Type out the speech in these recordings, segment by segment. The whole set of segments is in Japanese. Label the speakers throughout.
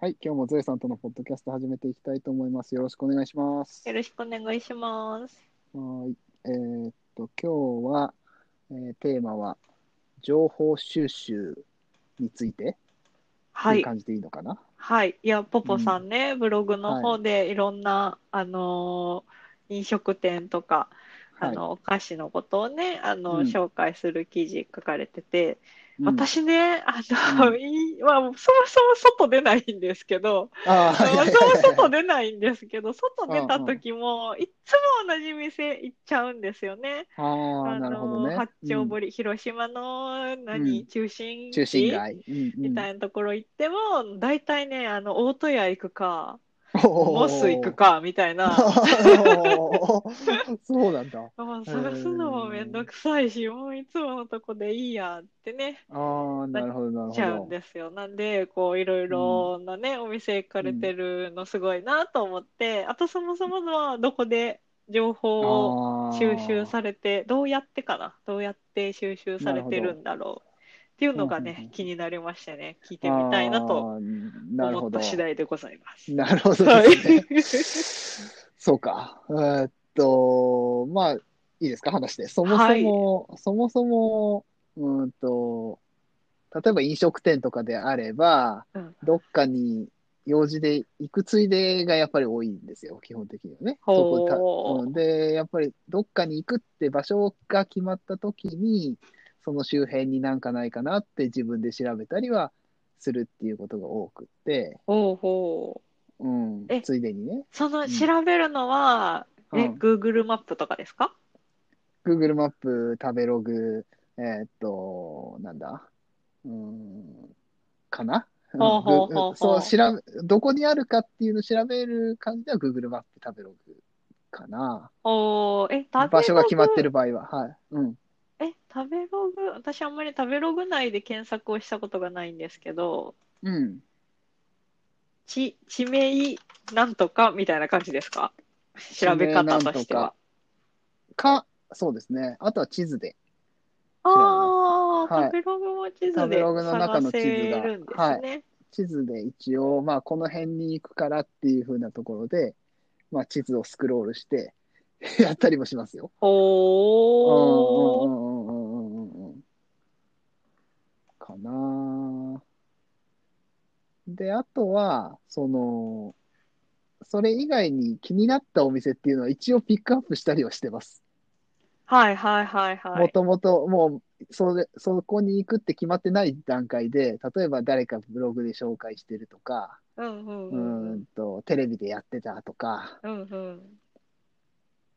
Speaker 1: はい、今日もゾエさんとのポッドキャスト始めていきたいと思います。よろしくお願いします。
Speaker 2: よろしくお願いします。
Speaker 1: はい。えーっと、今日は、えーテーマは、情報収集について、
Speaker 2: は
Speaker 1: ってい。
Speaker 2: いう
Speaker 1: 感じでいいのかな
Speaker 2: はい。いや、ポポさんね、ブログの方でいろんな、あのー飲食店とか、
Speaker 1: はい
Speaker 2: あ。の、お菓子のことをね、あの、
Speaker 1: うん
Speaker 2: 紹介する記事書かれてて、
Speaker 1: うん、
Speaker 2: 私ね、あの、
Speaker 1: う
Speaker 2: いまあ、そもそも外出ないんですけど、
Speaker 1: あ
Speaker 2: そ
Speaker 1: ー、
Speaker 2: も
Speaker 1: はい
Speaker 2: そも外
Speaker 1: はい
Speaker 2: 出ないんです けど、外出た時も、いつも同じ店行っちゃうんですよね。
Speaker 1: はい、あー、なるほど
Speaker 2: あ
Speaker 1: ね。
Speaker 2: の八丁
Speaker 1: うん
Speaker 2: 堀、広島の
Speaker 1: う
Speaker 2: 何
Speaker 1: ん
Speaker 2: 中心地
Speaker 1: 中心街。うんうん
Speaker 2: みたいなところ行っても、大体ね、あの、大戸屋行くか、
Speaker 1: おー
Speaker 2: モス行くか、みたいな。
Speaker 1: おー そうなんだ。
Speaker 2: もう探すのもめんどくさいし、もういつものとこでいいやってね、
Speaker 1: あー、なるほど、なる
Speaker 2: ちゃう
Speaker 1: ほ
Speaker 2: ん
Speaker 1: ど。
Speaker 2: ですよ。なんで、こう、いろいろなね、お店行かれてるのすごいなと思って、あとそもそもはどこで情報を
Speaker 1: あー
Speaker 2: 収集されて、どうやってかな、どうやって収集されてるんだろうっていうのが
Speaker 1: うんうんう
Speaker 2: ね
Speaker 1: ん、
Speaker 2: 気になりましてね、聞いてみたいなと
Speaker 1: あーなるほ
Speaker 2: 思った
Speaker 1: ど。
Speaker 2: 次第でございます。
Speaker 1: なるほどですね。そうか。えーっと、まあ、いいですか、話で。そもそも、そもそも、うーんと、例えば飲食店とかであれば、
Speaker 2: うん
Speaker 1: どっかに用事で行くついでがやっぱり多いんですよ、基本的にはね。
Speaker 2: ほう
Speaker 1: そこたうんで、やっぱりどっかに行くって場所が決まった時に、その周辺になんかないかなって自分で調べたりはするっていうことが多くって、
Speaker 2: ほうほう。
Speaker 1: うん
Speaker 2: え、
Speaker 1: ついでにね。
Speaker 2: その調べるのは、
Speaker 1: う
Speaker 2: え、
Speaker 1: ん、
Speaker 2: Google マップとかですか
Speaker 1: Google マップ、食べログ、えーっと、なんだ、うーん、かな
Speaker 2: ほうほうほうほう
Speaker 1: ぐそう調べ、どこにあるかっていうのを調べる感じでは Google マップ、食べログかな。
Speaker 2: おーえ、食べログ
Speaker 1: 場所が決まってる場合は。はい。うん。
Speaker 2: え、食べログ私あんまり食べログ内で検索をしたことがないんですけど、
Speaker 1: うん。
Speaker 2: ち、地名なんとかみたいな感じですか調べ方としては。
Speaker 1: か、そうですね。あとは地図で。
Speaker 2: ああ、
Speaker 1: はい
Speaker 2: 食べログも地図
Speaker 1: 食べ
Speaker 2: で
Speaker 1: ログの中の地図が
Speaker 2: 探せるんですね。
Speaker 1: 地図で一応、まあ、この辺に行くからっていう風なところで、まあ、地図をスクロールしてやったりもしますよ。うんうんうんうんう
Speaker 2: ほー。
Speaker 1: んうんうん。かなぁで、あとは、その、それ以外に気になったお店っていうのは一応ピックアップしたりはしてます。
Speaker 2: はいはいはいは
Speaker 1: も
Speaker 2: い。
Speaker 1: ともと、もう、それ、そこに行くって決まってない段階で、例えば誰かブログで紹介してるとか、
Speaker 2: うんうん
Speaker 1: う
Speaker 2: うんう
Speaker 1: ー
Speaker 2: ん。
Speaker 1: んと、テレビでやってたとか、
Speaker 2: うんうん。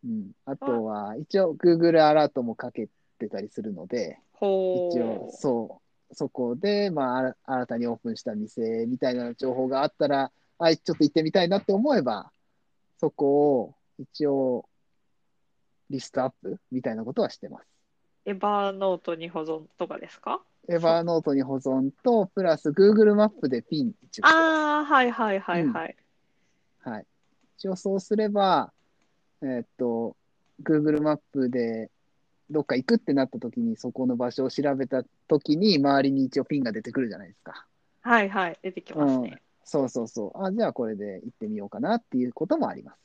Speaker 1: うん、あとは、一応 Google アラートもかけてたりするので、
Speaker 2: ほー。
Speaker 1: 一応、そう、そこで、まああら、新たにオープンした店みたいな情報があったら、あ、ちょっと行ってみたいなって思えば、そこを一応、リストアップみたいなことはしてます。
Speaker 2: エバーノートに保存とかですか
Speaker 1: エバーノートに保存と、プラス Google マップでピン一応してま
Speaker 2: ああ、はいはいはいはい。
Speaker 1: す。はい。一応そうすれば、えーっと、Google マップでどっか行くってなった時に、そこの場所を調べた時に、周りに一応ピンが出てくるじゃないですか。
Speaker 2: はいはい、出てきますね。
Speaker 1: そうそうそう。あ、じゃあこれで行ってみようかなっていうこともあります。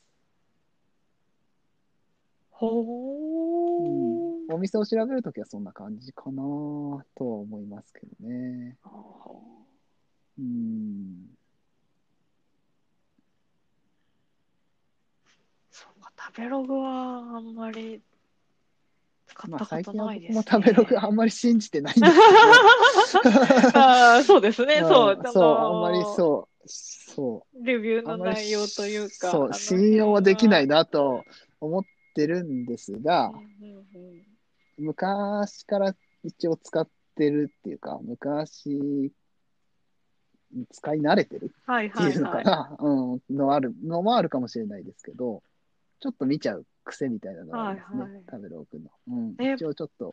Speaker 2: ほー。
Speaker 1: お店を調べるときはそんな感じかなとは思いますけどね。うん。
Speaker 2: そうか、食べログはあんまり使
Speaker 1: ま
Speaker 2: っ
Speaker 1: あ
Speaker 2: た
Speaker 1: 最
Speaker 2: こと
Speaker 1: 近は
Speaker 2: ない
Speaker 1: 僕
Speaker 2: です
Speaker 1: も
Speaker 2: ね。
Speaker 1: 食べログあんまり信じてないんですけど。
Speaker 2: あーそうですね、 そう。
Speaker 1: んそう、あん
Speaker 2: の
Speaker 1: まりそう、そう。
Speaker 2: レビュー
Speaker 1: あ
Speaker 2: の
Speaker 1: んまり
Speaker 2: 内容というか。
Speaker 1: そう、信用はできない
Speaker 2: な。
Speaker 1: なと思ってるんですが、
Speaker 2: うんうんうん
Speaker 1: 昔から一応使ってるっていうか、昔、使い慣れてる
Speaker 2: はい
Speaker 1: って
Speaker 2: はい
Speaker 1: いうの
Speaker 2: は
Speaker 1: か
Speaker 2: い。
Speaker 1: な、うん、のあるのもあるかもしれないですけど、ちょっと見ちゃう癖みたいなのがありますね、
Speaker 2: はいはい
Speaker 1: 食べログの。うん、
Speaker 2: え
Speaker 1: 一応ちょっと、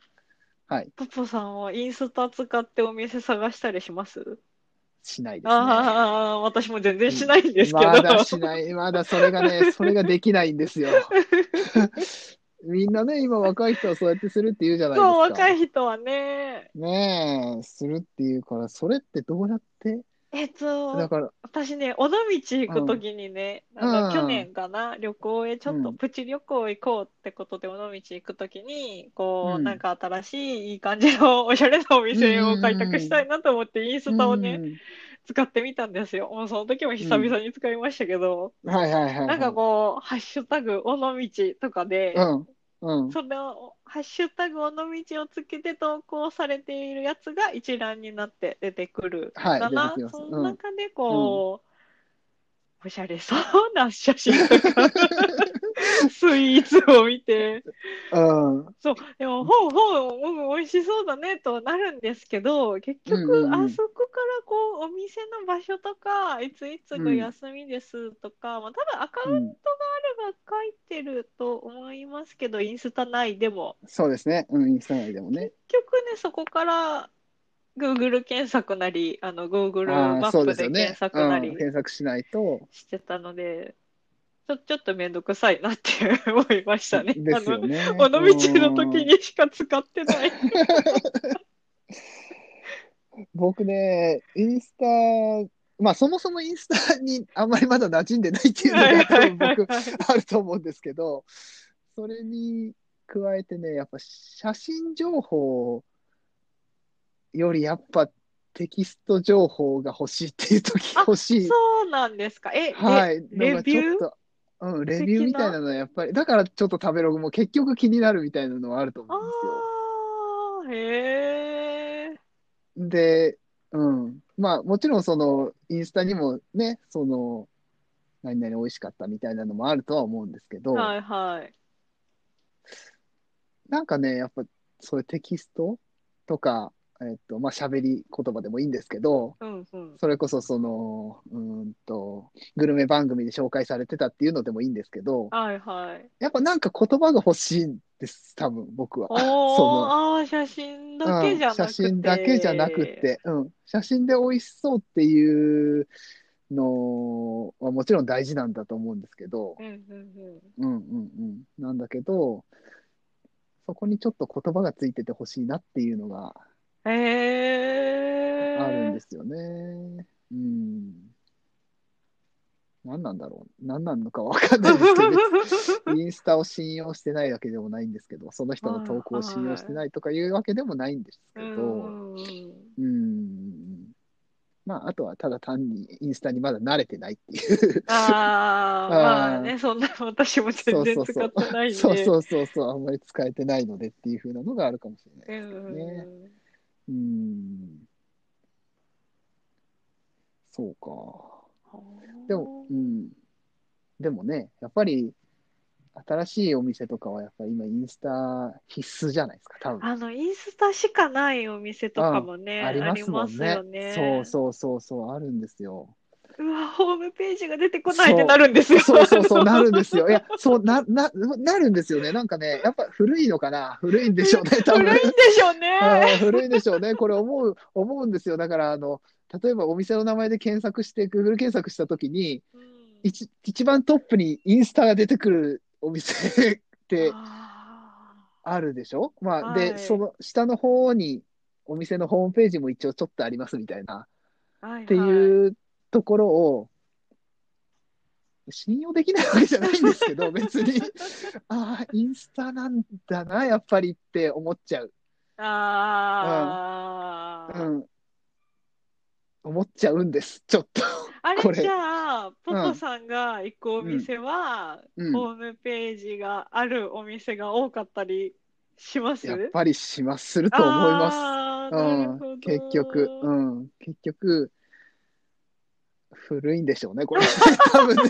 Speaker 1: はい、
Speaker 2: ポポさんはインスタ使ってお店探したりします
Speaker 1: しないですね。
Speaker 2: ああ、私も全然しないんですけど。
Speaker 1: まだしない、まだそれがね、 それができないんですよ。みんなね、今若い人はそうやってするって言うじゃないですか。
Speaker 2: そう、若い人はね。
Speaker 1: ねえ、するっていうから、それってどうやって
Speaker 2: えっ
Speaker 1: だ
Speaker 2: と、
Speaker 1: から、
Speaker 2: 私ね、尾道行くときにね、
Speaker 1: ん
Speaker 2: なんか
Speaker 1: うん
Speaker 2: 去年かな、旅行へちょっ
Speaker 1: う
Speaker 2: と
Speaker 1: ん
Speaker 2: プチ旅行行こうってことで、尾道行くときに、こ
Speaker 1: う
Speaker 2: う、
Speaker 1: ん
Speaker 2: なんか新しいいい感じのおしゃれなお店を開拓したいなと思って、インスタをね、使ってみたんですよ。もうその時も久々に使いましたけど、
Speaker 1: うん。はいはいはい、はい。
Speaker 2: なんかこう、ハッシュタグ、尾道とかで、
Speaker 1: うん。うん。
Speaker 2: その、ハッシュタグ尾道をつけて投稿されているやつが一覧になって出てくる
Speaker 1: はい
Speaker 2: かな。
Speaker 1: 出てきます
Speaker 2: その中で、こう、おしゃれそうな写真 とか、スイーツを見て、
Speaker 1: うん。
Speaker 2: そう、でも、ほうほう、うん、美味しそうだねとなるんですけど、結
Speaker 1: うんう
Speaker 2: 局、
Speaker 1: んうん
Speaker 2: あそこからこう、お店の場所とか、いついつが休みですとか、まあ、多分アカウント
Speaker 1: うん。
Speaker 2: が書いてると思いますけど、インスタ内でも。
Speaker 1: そうですね。うん。インスタ内でもね。
Speaker 2: 結局ね、そこから Google 検索なり、あの Google
Speaker 1: あ
Speaker 2: マ
Speaker 1: あ、そ
Speaker 2: ッ
Speaker 1: う
Speaker 2: プ
Speaker 1: です
Speaker 2: で
Speaker 1: よ
Speaker 2: 検
Speaker 1: ね。
Speaker 2: 索
Speaker 1: う。
Speaker 2: なんり
Speaker 1: 検索しないと。
Speaker 2: してたので、ちょ、ちょっとめんどくさいなって思いましたね。
Speaker 1: ですよね。
Speaker 2: あの、尾 道の時
Speaker 1: うん。
Speaker 2: にしか使ってない。
Speaker 1: 僕ね、インスタ、まあそもそもインスタにあんまりまだ馴染んで ないっていうの
Speaker 2: はい
Speaker 1: が
Speaker 2: はい
Speaker 1: 多
Speaker 2: はい
Speaker 1: 分僕
Speaker 2: はい
Speaker 1: あると思うんですけど、それに加えてね、やっぱ写真情報よりやっぱテキスト情報が欲しいっていう時
Speaker 2: あ
Speaker 1: 欲しい。
Speaker 2: そうなんですか。え、
Speaker 1: はい。
Speaker 2: レ
Speaker 1: のが
Speaker 2: ビ
Speaker 1: ち
Speaker 2: ュ
Speaker 1: ょ
Speaker 2: ー
Speaker 1: っと、うん、レビューみたいなのはやっぱり、だからちょっと食べログも結局気になるみたいなのはあると
Speaker 2: あ
Speaker 1: 思うんですよ。
Speaker 2: あー、へえ。
Speaker 1: で、うん。まあ、もちろん、その、インスタにもね、その、何々美味しかったみたいなのもあるとは思うんですけど、
Speaker 2: はいはい。
Speaker 1: なんかね、やっぱ、そういうテキストとか、えっと、まあ、喋り言葉でもいいんですけど、
Speaker 2: うんうん。
Speaker 1: それこそ、その、うーんと、グルメ番組で紹介されてたっていうのでもいいんですけど、
Speaker 2: はいはい。
Speaker 1: やっぱなんか言葉が欲しいんです、多分、僕は。
Speaker 2: お
Speaker 1: その
Speaker 2: ー、あー写真だけじゃ
Speaker 1: う
Speaker 2: なくて。
Speaker 1: ん、写真だけじゃなくて、うん、写真で美味しそうっていうのはもちろん大事なんだと思うんですけど
Speaker 2: う、んうんうん。
Speaker 1: うんうんうん、なんだけど、そこにちょっと言葉がついててほしいなっていうのが
Speaker 2: へえ。
Speaker 1: あるんですよね。うん。何なんだろう。何なんのかわかんないですけ ど、インスタを信用してないわけでもないんですけど、その人の投稿を信用してないとかいうわけでもないんですけ
Speaker 2: う
Speaker 1: ど、
Speaker 2: んうん
Speaker 1: うーん。まあ、あとはただ単にインスタにまだ慣れてないっていう。
Speaker 2: ああ、まあね、そんな私も全然
Speaker 1: そう
Speaker 2: 使
Speaker 1: そう
Speaker 2: ってないんで。
Speaker 1: そうそうそうそう、あんまり使えてないのでっていう風なのがあるかもしれないで
Speaker 2: う
Speaker 1: すけど
Speaker 2: ん
Speaker 1: ね。う
Speaker 2: うん
Speaker 1: ーん。そうか。
Speaker 2: うん。
Speaker 1: でも、うん。でもね、やっぱり、新しいお店とかはやっぱり今インスタ必須じゃないですか、多分。
Speaker 2: あの、インスタしかないお店とかもね、
Speaker 1: ありますもん
Speaker 2: あ
Speaker 1: ね
Speaker 2: りますよ。ね。
Speaker 1: そうそうそうそう、あるんですよ。
Speaker 2: うわ、ホームページが出てこないってなるんですよ。
Speaker 1: そうそう そう、なるんですよ。いや、そう、な、な、なるんですよね。なんかね、やっぱ古いのかな。古いんでしょうね、多分。
Speaker 2: 古いんでしょうね。
Speaker 1: うん古いでしょうね。これ思う、思うんですよ。だから、あの、例えばお店の名前で検索して、Google 検索したときに、一、一番トップにインスタが出てくるお店 って
Speaker 2: あ
Speaker 1: あるでしょまあ、
Speaker 2: は
Speaker 1: で、
Speaker 2: い
Speaker 1: その下の方に、お店のホームページも一応ちょっとありますみたいな、
Speaker 2: ーはいはい
Speaker 1: っていうところを、信用できないわけじゃないんです けど、別に。ああ、インスタなんだな、やっぱりって思っちゃう。
Speaker 2: ああ、
Speaker 1: うん。思っちゃうんです、ちょっと。
Speaker 2: あ
Speaker 1: こ
Speaker 2: れ
Speaker 1: れ
Speaker 2: じゃあ、ポトさんが行くお店は、
Speaker 1: うん。
Speaker 2: ホームページがあるお店が多かったりします
Speaker 1: やっぱりします、すると思います。
Speaker 2: あーなるほ
Speaker 1: う
Speaker 2: ど
Speaker 1: ん。結局、うん。結局、古いんでしょうね、これ。 多分ね。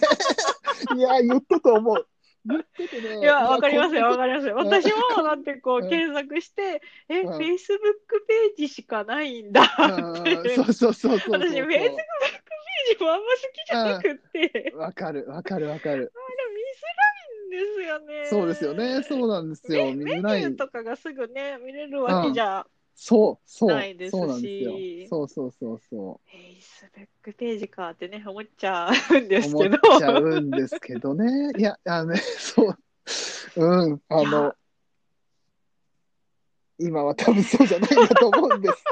Speaker 1: いや、言ったと思う。言っててね。
Speaker 2: いや、わかりますよ、わ
Speaker 1: か
Speaker 2: かりますよ。
Speaker 1: うん
Speaker 2: 私も、だってこ
Speaker 1: う
Speaker 2: う、
Speaker 1: ん
Speaker 2: 検索して、え、
Speaker 1: うん
Speaker 2: Facebook ページしかないんだっていう、ペー
Speaker 1: そうそうそうそうそう。
Speaker 2: 私 Facebook ジもあんま好きじゃなくって、
Speaker 1: わかる、わかる、わかる。
Speaker 2: 見づらいんですよね。
Speaker 1: そうですよね。そうなんですよ。
Speaker 2: メ
Speaker 1: 見
Speaker 2: メ
Speaker 1: づ
Speaker 2: ニ
Speaker 1: らい
Speaker 2: ュー。とかがすぐね、見れるわけじゃ、
Speaker 1: そう、そう。
Speaker 2: ないですし
Speaker 1: そうなんですよ。そうそうそうそう。
Speaker 2: フェイスブックページかってね、思っちゃうんです
Speaker 1: 思
Speaker 2: け
Speaker 1: っ
Speaker 2: ど。
Speaker 1: ちゃうんですけどね。 いや、あのね、そう。うん、あ
Speaker 2: いや
Speaker 1: の、今は多分そうじゃないんだと思うん です。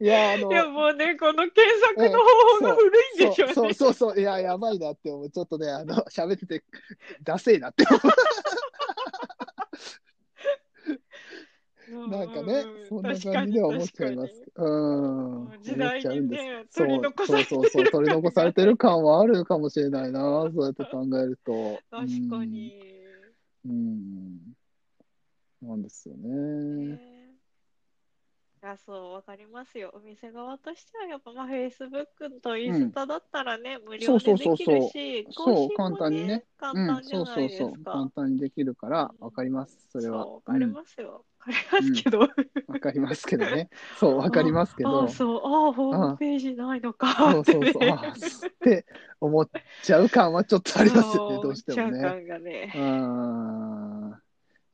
Speaker 1: いや、あの
Speaker 2: い、やもうね、この検索の方法が古いんでしょうね。
Speaker 1: そうそうそうそう、いや、やばいなって思う。ちょっとね、あの、喋ってて、ダセえなって思う。なんかね、そんな感じでは思っちゃいます。うん。
Speaker 2: 時
Speaker 1: 思っ
Speaker 2: 代
Speaker 1: ちゃう
Speaker 2: に
Speaker 1: んです。
Speaker 2: ね、
Speaker 1: そう
Speaker 2: 取り残されて
Speaker 1: そ
Speaker 2: る
Speaker 1: うそうそう、取り残されてる感はあるかもしれないな、そうやって考えると。
Speaker 2: 確かに。
Speaker 1: うん。うん。なんですよね。
Speaker 2: ねいやそうわかりますよお店側としてはやっぱまあフェイスブックとインスタだったらね、無
Speaker 1: そ
Speaker 2: 料で
Speaker 1: うそうそう
Speaker 2: でき
Speaker 1: そう
Speaker 2: るし
Speaker 1: そう
Speaker 2: 更新も、ね、
Speaker 1: 簡単にね
Speaker 2: 簡
Speaker 1: う
Speaker 2: 単
Speaker 1: ん、
Speaker 2: じ
Speaker 1: そ
Speaker 2: ゃ
Speaker 1: う
Speaker 2: な
Speaker 1: そう
Speaker 2: いで
Speaker 1: そう
Speaker 2: す。か、
Speaker 1: 簡単にできるから、わかります。それは。
Speaker 2: そうわかり
Speaker 1: うん
Speaker 2: ますよ、わかりますけど、
Speaker 1: わかりますけどね。そう、わかりますけ
Speaker 2: あ
Speaker 1: ど。
Speaker 2: あ
Speaker 1: そ
Speaker 2: そうああホームページないのか
Speaker 1: う
Speaker 2: って
Speaker 1: そう
Speaker 2: ね
Speaker 1: そう。あって思っちゃう感はちょっとありますよね、どうしても
Speaker 2: そうちゃ
Speaker 1: ね。
Speaker 2: 感がね
Speaker 1: あー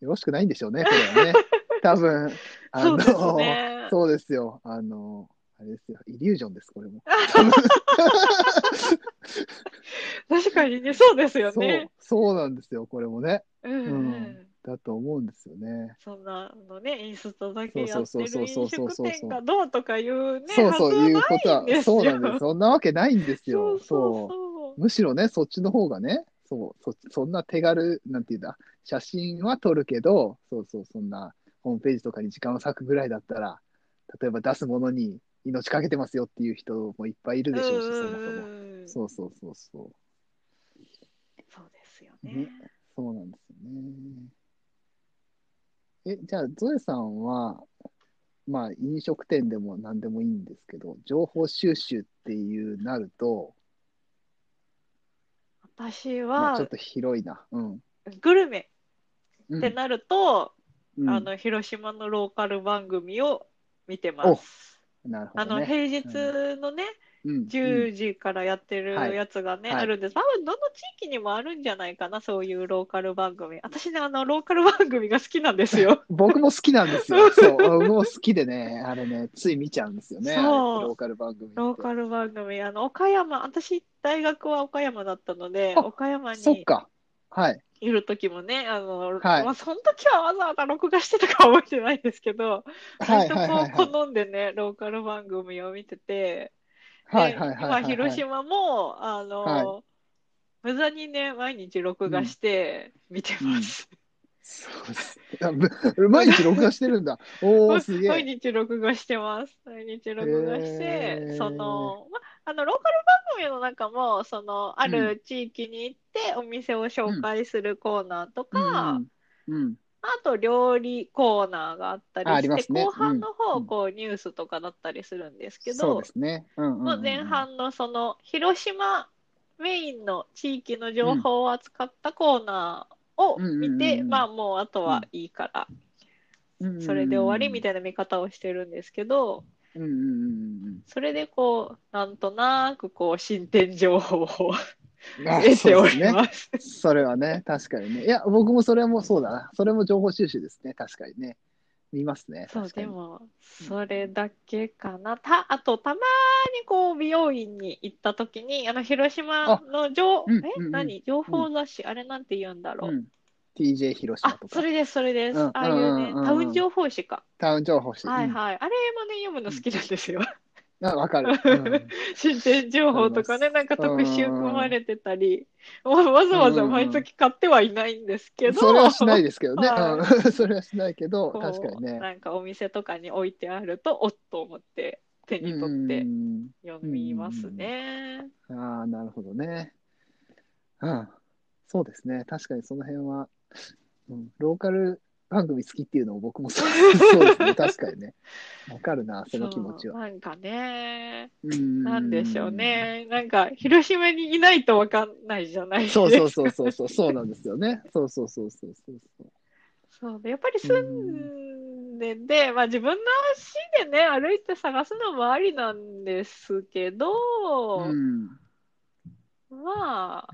Speaker 1: よろしくないんでしょうね、これは ね。多分、あ
Speaker 2: そ
Speaker 1: の、
Speaker 2: うですね
Speaker 1: そうですよ。あの、あれですよ。イリュージョンです、これも。
Speaker 2: 確かにねそうですよ
Speaker 1: そう
Speaker 2: ね、
Speaker 1: そうなんですよ、これもね。
Speaker 2: うんうん
Speaker 1: うんだと思うんですよね。
Speaker 2: そんなのね、インスタだけやって
Speaker 1: そう
Speaker 2: る
Speaker 1: そうそう
Speaker 2: 飲
Speaker 1: そうそう
Speaker 2: 食
Speaker 1: そう
Speaker 2: 店がどうとかいうね、
Speaker 1: そうそう、
Speaker 2: はず
Speaker 1: い
Speaker 2: は
Speaker 1: うこと
Speaker 2: ないんで
Speaker 1: は、
Speaker 2: すよ
Speaker 1: そうなんです。そんなわけないんです
Speaker 2: そ
Speaker 1: よ。
Speaker 2: うそうそう。
Speaker 1: むしろね、そっちの方がね、そう、そ、そんな手軽、なんていうんだ、写真は撮るけど、そうそう、そんなホームページとかに時間を割くぐらいだったら、例えば出すものに命かけてますよっていう人もいっぱいいるでしょうし、そもそも。
Speaker 2: うんそう
Speaker 1: そうそうそうそう。
Speaker 2: ですよね。
Speaker 1: ねそうなんですよね。え、じゃあ、ゾエさんは、まあ、飲食店でも何でもいいんですけど、情報収集っていうなると、
Speaker 2: 私
Speaker 1: まあ、ちょ
Speaker 2: は
Speaker 1: っと広いな。うん。
Speaker 2: グルメ
Speaker 1: う
Speaker 2: っ
Speaker 1: ん
Speaker 2: てなると、
Speaker 1: うん
Speaker 2: あの広島のローカル番組を見てます。
Speaker 1: なるほ
Speaker 2: あ
Speaker 1: ど
Speaker 2: の
Speaker 1: ね。
Speaker 2: 平日のね、
Speaker 1: うん
Speaker 2: 10時からやってる
Speaker 1: はい
Speaker 2: やつがね、
Speaker 1: はい
Speaker 2: あるんです。多分どの地域にもあるんじゃないかな、そういうローカル番組。私ね、あのローカル番組が好きなんですよ。
Speaker 1: 僕も好きなんです よ。そう、僕も好きでね、あれね、つい見ちゃうんですよね、
Speaker 2: そう
Speaker 1: あれローカル番組って。
Speaker 2: ローカル番組、あの、岡山、私、大学は岡山だったので、
Speaker 1: あ
Speaker 2: 岡山
Speaker 1: そっ
Speaker 2: に
Speaker 1: か。はい。
Speaker 2: いる時もね、あの、
Speaker 1: はい
Speaker 2: まあ、その時はわざわざ録画してたか覚えてないですけど、
Speaker 1: はいはいはい
Speaker 2: 割とこう、好んでね、ローカル番組を見てて、
Speaker 1: は
Speaker 2: で
Speaker 1: い。はいはいはい
Speaker 2: 今、
Speaker 1: はい
Speaker 2: 広島も、あの、
Speaker 1: は
Speaker 2: 無駄にね、毎日録画して見てます。
Speaker 1: そうです。あぶ毎日録画してるんだ。おー、すげ
Speaker 2: 毎
Speaker 1: え。
Speaker 2: 日録画してます。毎日録画して、
Speaker 1: へー
Speaker 2: その、ま、あの、ローカル番組の中も、その、ある地域に行ってお店を紹介するコーナーと
Speaker 1: う
Speaker 2: か、
Speaker 1: んうん。うん。
Speaker 2: あと料理コーナーがあったり
Speaker 1: ああり
Speaker 2: して、
Speaker 1: ますね
Speaker 2: 後半の
Speaker 1: うんう
Speaker 2: 方、
Speaker 1: ん
Speaker 2: こう、ニュースとかだったりするんですけ
Speaker 1: そう
Speaker 2: ど
Speaker 1: で、すね。うんうんうん
Speaker 2: もう前。半のその、広島メインの地域の情報を扱ったコーナーを見
Speaker 1: うんうんうん
Speaker 2: て、
Speaker 1: うん
Speaker 2: まあ、もうあとはいいから、
Speaker 1: うん
Speaker 2: それで終わりみたいな見方をしてるんですけど、
Speaker 1: うんうんうん
Speaker 2: それでこう、なんとなくこう、進展情報を
Speaker 1: うん。あ
Speaker 2: 得て
Speaker 1: そ
Speaker 2: お
Speaker 1: う
Speaker 2: り
Speaker 1: ですね。
Speaker 2: ます。
Speaker 1: それはね、確かにね。いや、僕もそれもそうだな。それも情報収集ですね。確かにね。見ますね。
Speaker 2: そう、
Speaker 1: 確か
Speaker 2: で
Speaker 1: に
Speaker 2: も、それだけかな。た、あと、たまにこう、美容院に行った時に、あの、広島の情、
Speaker 1: うん
Speaker 2: え、
Speaker 1: うんうん
Speaker 2: 何情報雑誌、あれなんて言うんだろう。
Speaker 1: うん、TJ 広島
Speaker 2: あ
Speaker 1: と、か
Speaker 2: そ、れです、それです。
Speaker 1: うん
Speaker 2: ああいうね、
Speaker 1: うんうんうん
Speaker 2: タウン情報誌か。
Speaker 1: タウン情報誌。
Speaker 2: はいはい。あれもね、読むの好きなんで すよ。
Speaker 1: うんあわか る。うん
Speaker 2: 進展情報とかね、
Speaker 1: わか
Speaker 2: なん
Speaker 1: りま
Speaker 2: か
Speaker 1: す
Speaker 2: 特集組まれてたり、わわざわざ毎月買ってはいないんですけど、
Speaker 1: それはしないですけどね。
Speaker 2: は
Speaker 1: うん、 それはしないけど、
Speaker 2: こう
Speaker 1: 確かにね。
Speaker 2: なんかお店とかに置いてあるとおっと思って手に取って
Speaker 1: うん
Speaker 2: 読みますね。
Speaker 1: ああ、なるほどね。うん。そうですね。確かにその辺は、うん、ローカル番組好きっていうのを僕もそう そうですね。確かにね。わかるな、その気持ち
Speaker 2: そう
Speaker 1: は。
Speaker 2: なんかね、
Speaker 1: うん
Speaker 2: なんでしょう。ね。なんか広島にいないとわかんないじゃないですか。
Speaker 1: そうそうそうそうそう、そうなんですよね。そうそうそうそうそうそう。
Speaker 2: そうでやっぱり住んでて、まあ自分の足でね、歩いて探すのもありなんですけど、
Speaker 1: うん、
Speaker 2: まあ、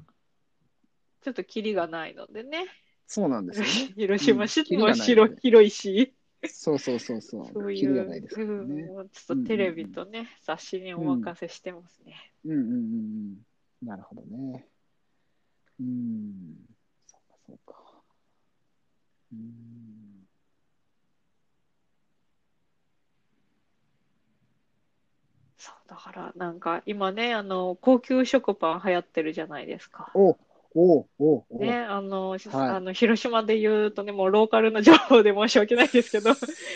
Speaker 2: ちょっとキリがないのでね。
Speaker 1: そうなんですよね。
Speaker 2: 広島市
Speaker 1: キリ
Speaker 2: も
Speaker 1: がない
Speaker 2: 広広いし。
Speaker 1: そうそうそうそう。
Speaker 2: そうい
Speaker 1: キリ
Speaker 2: う、
Speaker 1: がないですから
Speaker 2: うん
Speaker 1: ね。
Speaker 2: もうちょっとテレビとね、雑誌にお任せしてますね。
Speaker 1: うんうんうんうん。なるほどね。うん。そうかそうか。うん。
Speaker 2: だからなんか今ねあの高級食パン流行ってるじゃないですか。
Speaker 1: おおおお、
Speaker 2: ね、あの、
Speaker 1: はい
Speaker 2: あの広島で言うとね、もうローカルの情報で申し訳ないですけど、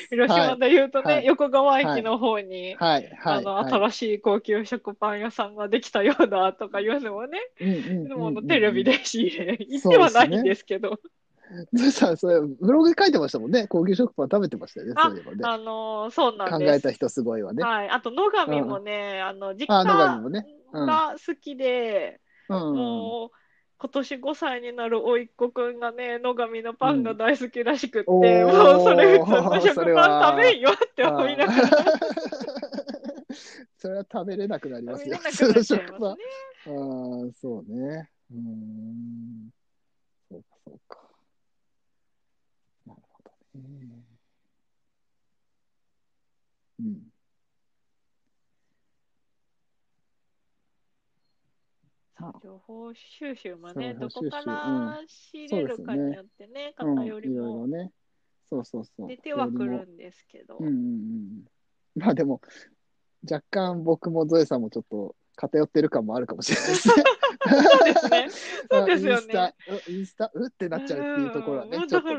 Speaker 2: 広島で言うとね、
Speaker 1: はい
Speaker 2: 横川駅の方に、
Speaker 1: はいはい
Speaker 2: あの、
Speaker 1: はい
Speaker 2: 新しい高級食パン屋さんができたようだとかいうのをね、
Speaker 1: うんうんうんうん
Speaker 2: もうテレビで仕入れ、行ってはないんですけど、
Speaker 1: でさそれブログに書いてましたもんね高級食パン食べてましたよね
Speaker 2: あ
Speaker 1: そういえばね
Speaker 2: あの、そうなん
Speaker 1: 考
Speaker 2: で
Speaker 1: え
Speaker 2: す。
Speaker 1: た人すごいわね、
Speaker 2: はい。あと、野上もね、あの、実
Speaker 1: あ
Speaker 2: 家
Speaker 1: 野上もねうん
Speaker 2: が好きで、
Speaker 1: うん
Speaker 2: もう、今年5歳になる甥っ子くんがね、野上のパンが大好きらしくって、
Speaker 1: うんおー
Speaker 2: もうそれ普通の
Speaker 1: そ
Speaker 2: 食
Speaker 1: れ
Speaker 2: パン
Speaker 1: は
Speaker 2: 食べんよって思いなが
Speaker 1: あ
Speaker 2: ら、
Speaker 1: ー それは食べれなくなります
Speaker 2: 食べ
Speaker 1: よ
Speaker 2: れなくなっちゃ
Speaker 1: 普通
Speaker 2: いますね。
Speaker 1: の食パンあーそうね。うーん。そうか、そうか。なるほどね。うん。さあ、
Speaker 2: 情報収集もね、
Speaker 1: 情
Speaker 2: ど
Speaker 1: 報
Speaker 2: こ
Speaker 1: 収集
Speaker 2: から仕入れるかによってね、
Speaker 1: うん、い
Speaker 2: 偏
Speaker 1: ろ
Speaker 2: り
Speaker 1: いろ
Speaker 2: も
Speaker 1: ね。そうそうそう。
Speaker 2: 出てはく
Speaker 1: より
Speaker 2: る
Speaker 1: も
Speaker 2: んですけど
Speaker 1: うん、うんうん。まあでも、若干僕もゾエさんもちょっと偏ってる感もあるかもしれないです ね。
Speaker 2: そうですね。そうですよね
Speaker 1: あインスタ、うインスタ、うってなっちゃうっていうところはね、
Speaker 2: うん
Speaker 1: ちょっと
Speaker 2: だ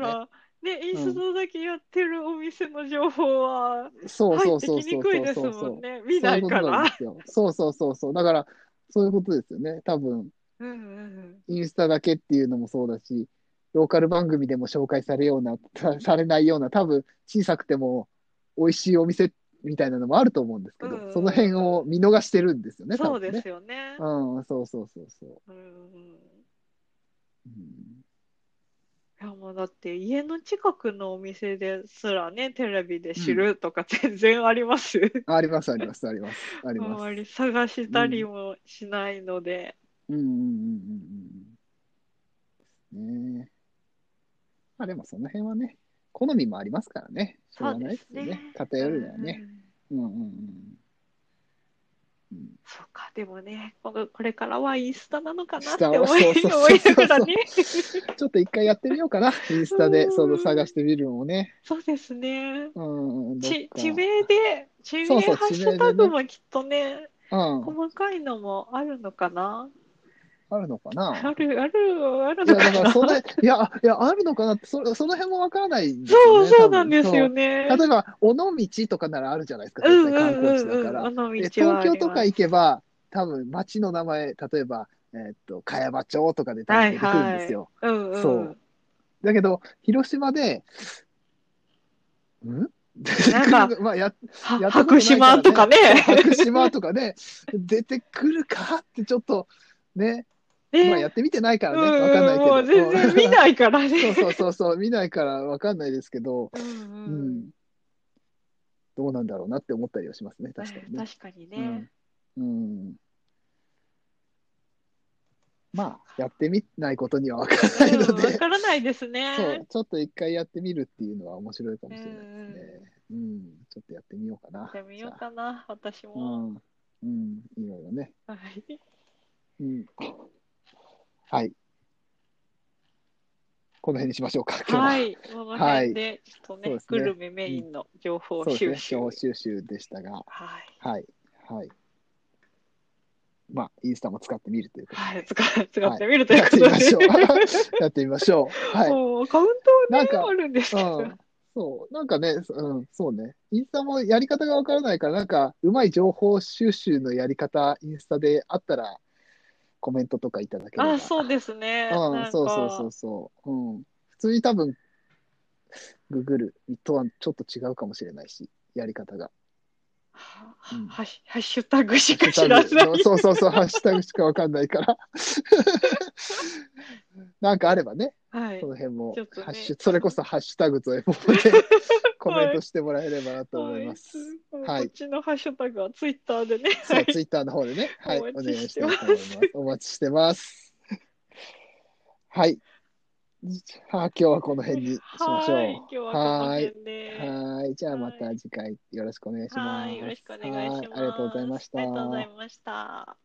Speaker 1: ね。
Speaker 2: から、ね、インスタだけやってるお店の情報は、
Speaker 1: そう
Speaker 2: 入
Speaker 1: そ
Speaker 2: っ
Speaker 1: う
Speaker 2: て
Speaker 1: そう
Speaker 2: き
Speaker 1: そ
Speaker 2: に
Speaker 1: う
Speaker 2: くい
Speaker 1: そう
Speaker 2: です
Speaker 1: そう
Speaker 2: もんね。見な
Speaker 1: そうい
Speaker 2: い
Speaker 1: うこ
Speaker 2: か
Speaker 1: となん
Speaker 2: ら
Speaker 1: で。すよ。そうそうそうそう。だから、そういうことですよね。多分、
Speaker 2: うんうん
Speaker 1: インスタだけっていうのもそうだし、ローカル番組でも紹介されような、 さされないような、多分、小さくても美味しいお店みたいなのもあると思うんですけど、
Speaker 2: うん
Speaker 1: その辺を見逃してるんですよ
Speaker 2: う
Speaker 1: ね、
Speaker 2: ん。そう
Speaker 1: 多分
Speaker 2: で
Speaker 1: ね
Speaker 2: す。よね。
Speaker 1: うん、そうそうそうそう。
Speaker 2: うんうん。
Speaker 1: うん
Speaker 2: いやもうだって家の近くのお店ですらね、テレビで知るとか全然あります。
Speaker 1: あります、あります、あります、あり
Speaker 2: あ
Speaker 1: ま
Speaker 2: ん
Speaker 1: す。
Speaker 2: まり探したりもしないので、
Speaker 1: うんうんうんうんうん。ねえ。まあでもその辺はね、好みもありますからね。しょうがないですよ
Speaker 2: そうで
Speaker 1: ね
Speaker 2: すね。
Speaker 1: 偏るのはね。
Speaker 2: うん
Speaker 1: うんうんうん。
Speaker 2: そうか、でもね、このこれからはインスタなのかなっ
Speaker 1: 下
Speaker 2: て
Speaker 1: は
Speaker 2: 思い
Speaker 1: そうそうそう
Speaker 2: 思いながらね。
Speaker 1: うん、ちょっと一回やってみようかな。インスタ
Speaker 2: う
Speaker 1: で
Speaker 2: ん
Speaker 1: その探してみるのをね。
Speaker 2: そうですね。
Speaker 1: うんうん。どっ
Speaker 2: ち
Speaker 1: か
Speaker 2: 地名で、地名
Speaker 1: そうそう
Speaker 2: ハッシ
Speaker 1: 地名でね
Speaker 2: ュタグもきっとね、
Speaker 1: うん。
Speaker 2: 細かいのもあるのかな。
Speaker 1: あるのかな。
Speaker 2: ある、ある、あ
Speaker 1: いや、
Speaker 2: るの
Speaker 1: だ
Speaker 2: か
Speaker 1: か
Speaker 2: な。
Speaker 1: らその、いや、いや、あるのかなって、そその辺もわからないんですよ
Speaker 2: そう、
Speaker 1: ね。
Speaker 2: そ
Speaker 1: 多
Speaker 2: う
Speaker 1: 分
Speaker 2: なんですよ
Speaker 1: そう
Speaker 2: ね。
Speaker 1: 例えば、尾道とかならあるじゃないですか。
Speaker 2: うん
Speaker 1: 絶
Speaker 2: うん
Speaker 1: 対観光地
Speaker 2: うん
Speaker 1: だ
Speaker 2: う
Speaker 1: か
Speaker 2: ん。
Speaker 1: ら
Speaker 2: あ。の
Speaker 1: で
Speaker 2: 道は
Speaker 1: 東
Speaker 2: あり
Speaker 1: 京と
Speaker 2: ま
Speaker 1: か
Speaker 2: す。
Speaker 1: 行けば、多分町の名前、例えば、えーっと、茅場町とかで多分出てくるんですよ。
Speaker 2: うんうん。
Speaker 1: そうだけど、広島で、ん
Speaker 2: なん か
Speaker 1: まあ、や、
Speaker 2: は
Speaker 1: やったこと
Speaker 2: 白
Speaker 1: ないら
Speaker 2: 島と かね。
Speaker 1: 白島とかね、出てくるかってちょっと、ね、
Speaker 2: ね
Speaker 1: まあやってみてないからね、
Speaker 2: うんうん
Speaker 1: わかんないけ ど。
Speaker 2: もう全然見ないからね。
Speaker 1: うんそうそうそうそう、見ないからわかんないですけど、
Speaker 2: うん
Speaker 1: う
Speaker 2: うん
Speaker 1: ん。どうなんだろうなって思ったりはしますね、確かにね。
Speaker 2: 確かにね。
Speaker 1: うん。うんまあ、やってみないことにはわからないの
Speaker 2: うんわ
Speaker 1: で、
Speaker 2: からないですね。
Speaker 1: そう、ちょっと一回やってみるっていうのは面白いか
Speaker 2: う
Speaker 1: も
Speaker 2: ん
Speaker 1: し
Speaker 2: う
Speaker 1: れない
Speaker 2: ん。
Speaker 1: ですね。うん、ちょっとやってみようかな
Speaker 2: や。ってみよう
Speaker 1: じゃ
Speaker 2: かな、私
Speaker 1: あう
Speaker 2: も。
Speaker 1: ん、うん、いろいろね。
Speaker 2: はい。
Speaker 1: うん。はい。この辺にしましょうか、今日は。
Speaker 2: はい。この辺で、ちょっと
Speaker 1: そう
Speaker 2: ね
Speaker 1: です、ね
Speaker 2: グルメメインの情報
Speaker 1: そう
Speaker 2: 収
Speaker 1: です
Speaker 2: 集
Speaker 1: ね、。情報収集でしたが、
Speaker 2: はい。
Speaker 1: はい、はい。まあ、インスタも使ってみるということ
Speaker 2: はい。使 使ってみると
Speaker 1: で。
Speaker 2: い
Speaker 1: や
Speaker 2: う
Speaker 1: っ
Speaker 2: こ
Speaker 1: て
Speaker 2: と
Speaker 1: みま しょう
Speaker 2: で。。
Speaker 1: やってみましょう。はい。
Speaker 2: もうカウントは
Speaker 1: なん
Speaker 2: ね、
Speaker 1: か
Speaker 2: あるんですけど。
Speaker 1: うんそう、なんかね、うん、そうね、インスタもやり方がわからないから、なんか、うまい情報収集のやり方、インスタであったら、コメントとかいただければ。
Speaker 2: あ、そうですね。
Speaker 1: う、
Speaker 2: なんん
Speaker 1: そうそう
Speaker 2: か
Speaker 1: そうそう。うん、普通に多分、ググるとはちょっと違うかもしれないし、やり方が。
Speaker 2: は
Speaker 1: うん
Speaker 2: ハッシュハッシュタグしか知らない。
Speaker 1: そうそうそう、ハッシュタグしかわかんない から。なんかあればね、
Speaker 2: はい
Speaker 1: そ。の辺も、
Speaker 2: ちょっとね
Speaker 1: ハッシュ それこそハッシュタグとエモ でコメントしてもらえればなと思います。
Speaker 2: はい
Speaker 1: はい
Speaker 2: こっちのハッシュタグはツイッターでね。
Speaker 1: そ
Speaker 2: は
Speaker 1: う、
Speaker 2: い
Speaker 1: ツイッターの方でね、はい、お
Speaker 2: お
Speaker 1: 願
Speaker 2: 待
Speaker 1: いし
Speaker 2: ちしたて
Speaker 1: い
Speaker 2: ます
Speaker 1: と思います。お待ちしてます。はい。じゃあ、今日はこの辺にしましょう。
Speaker 2: はい今日はこの
Speaker 1: はーい
Speaker 2: 辺で。
Speaker 1: はーい。じゃあ、また次回よろしくお願いします。
Speaker 2: はいよろしくお願いします。
Speaker 1: はーありがとうございました。
Speaker 2: ありがとうございました。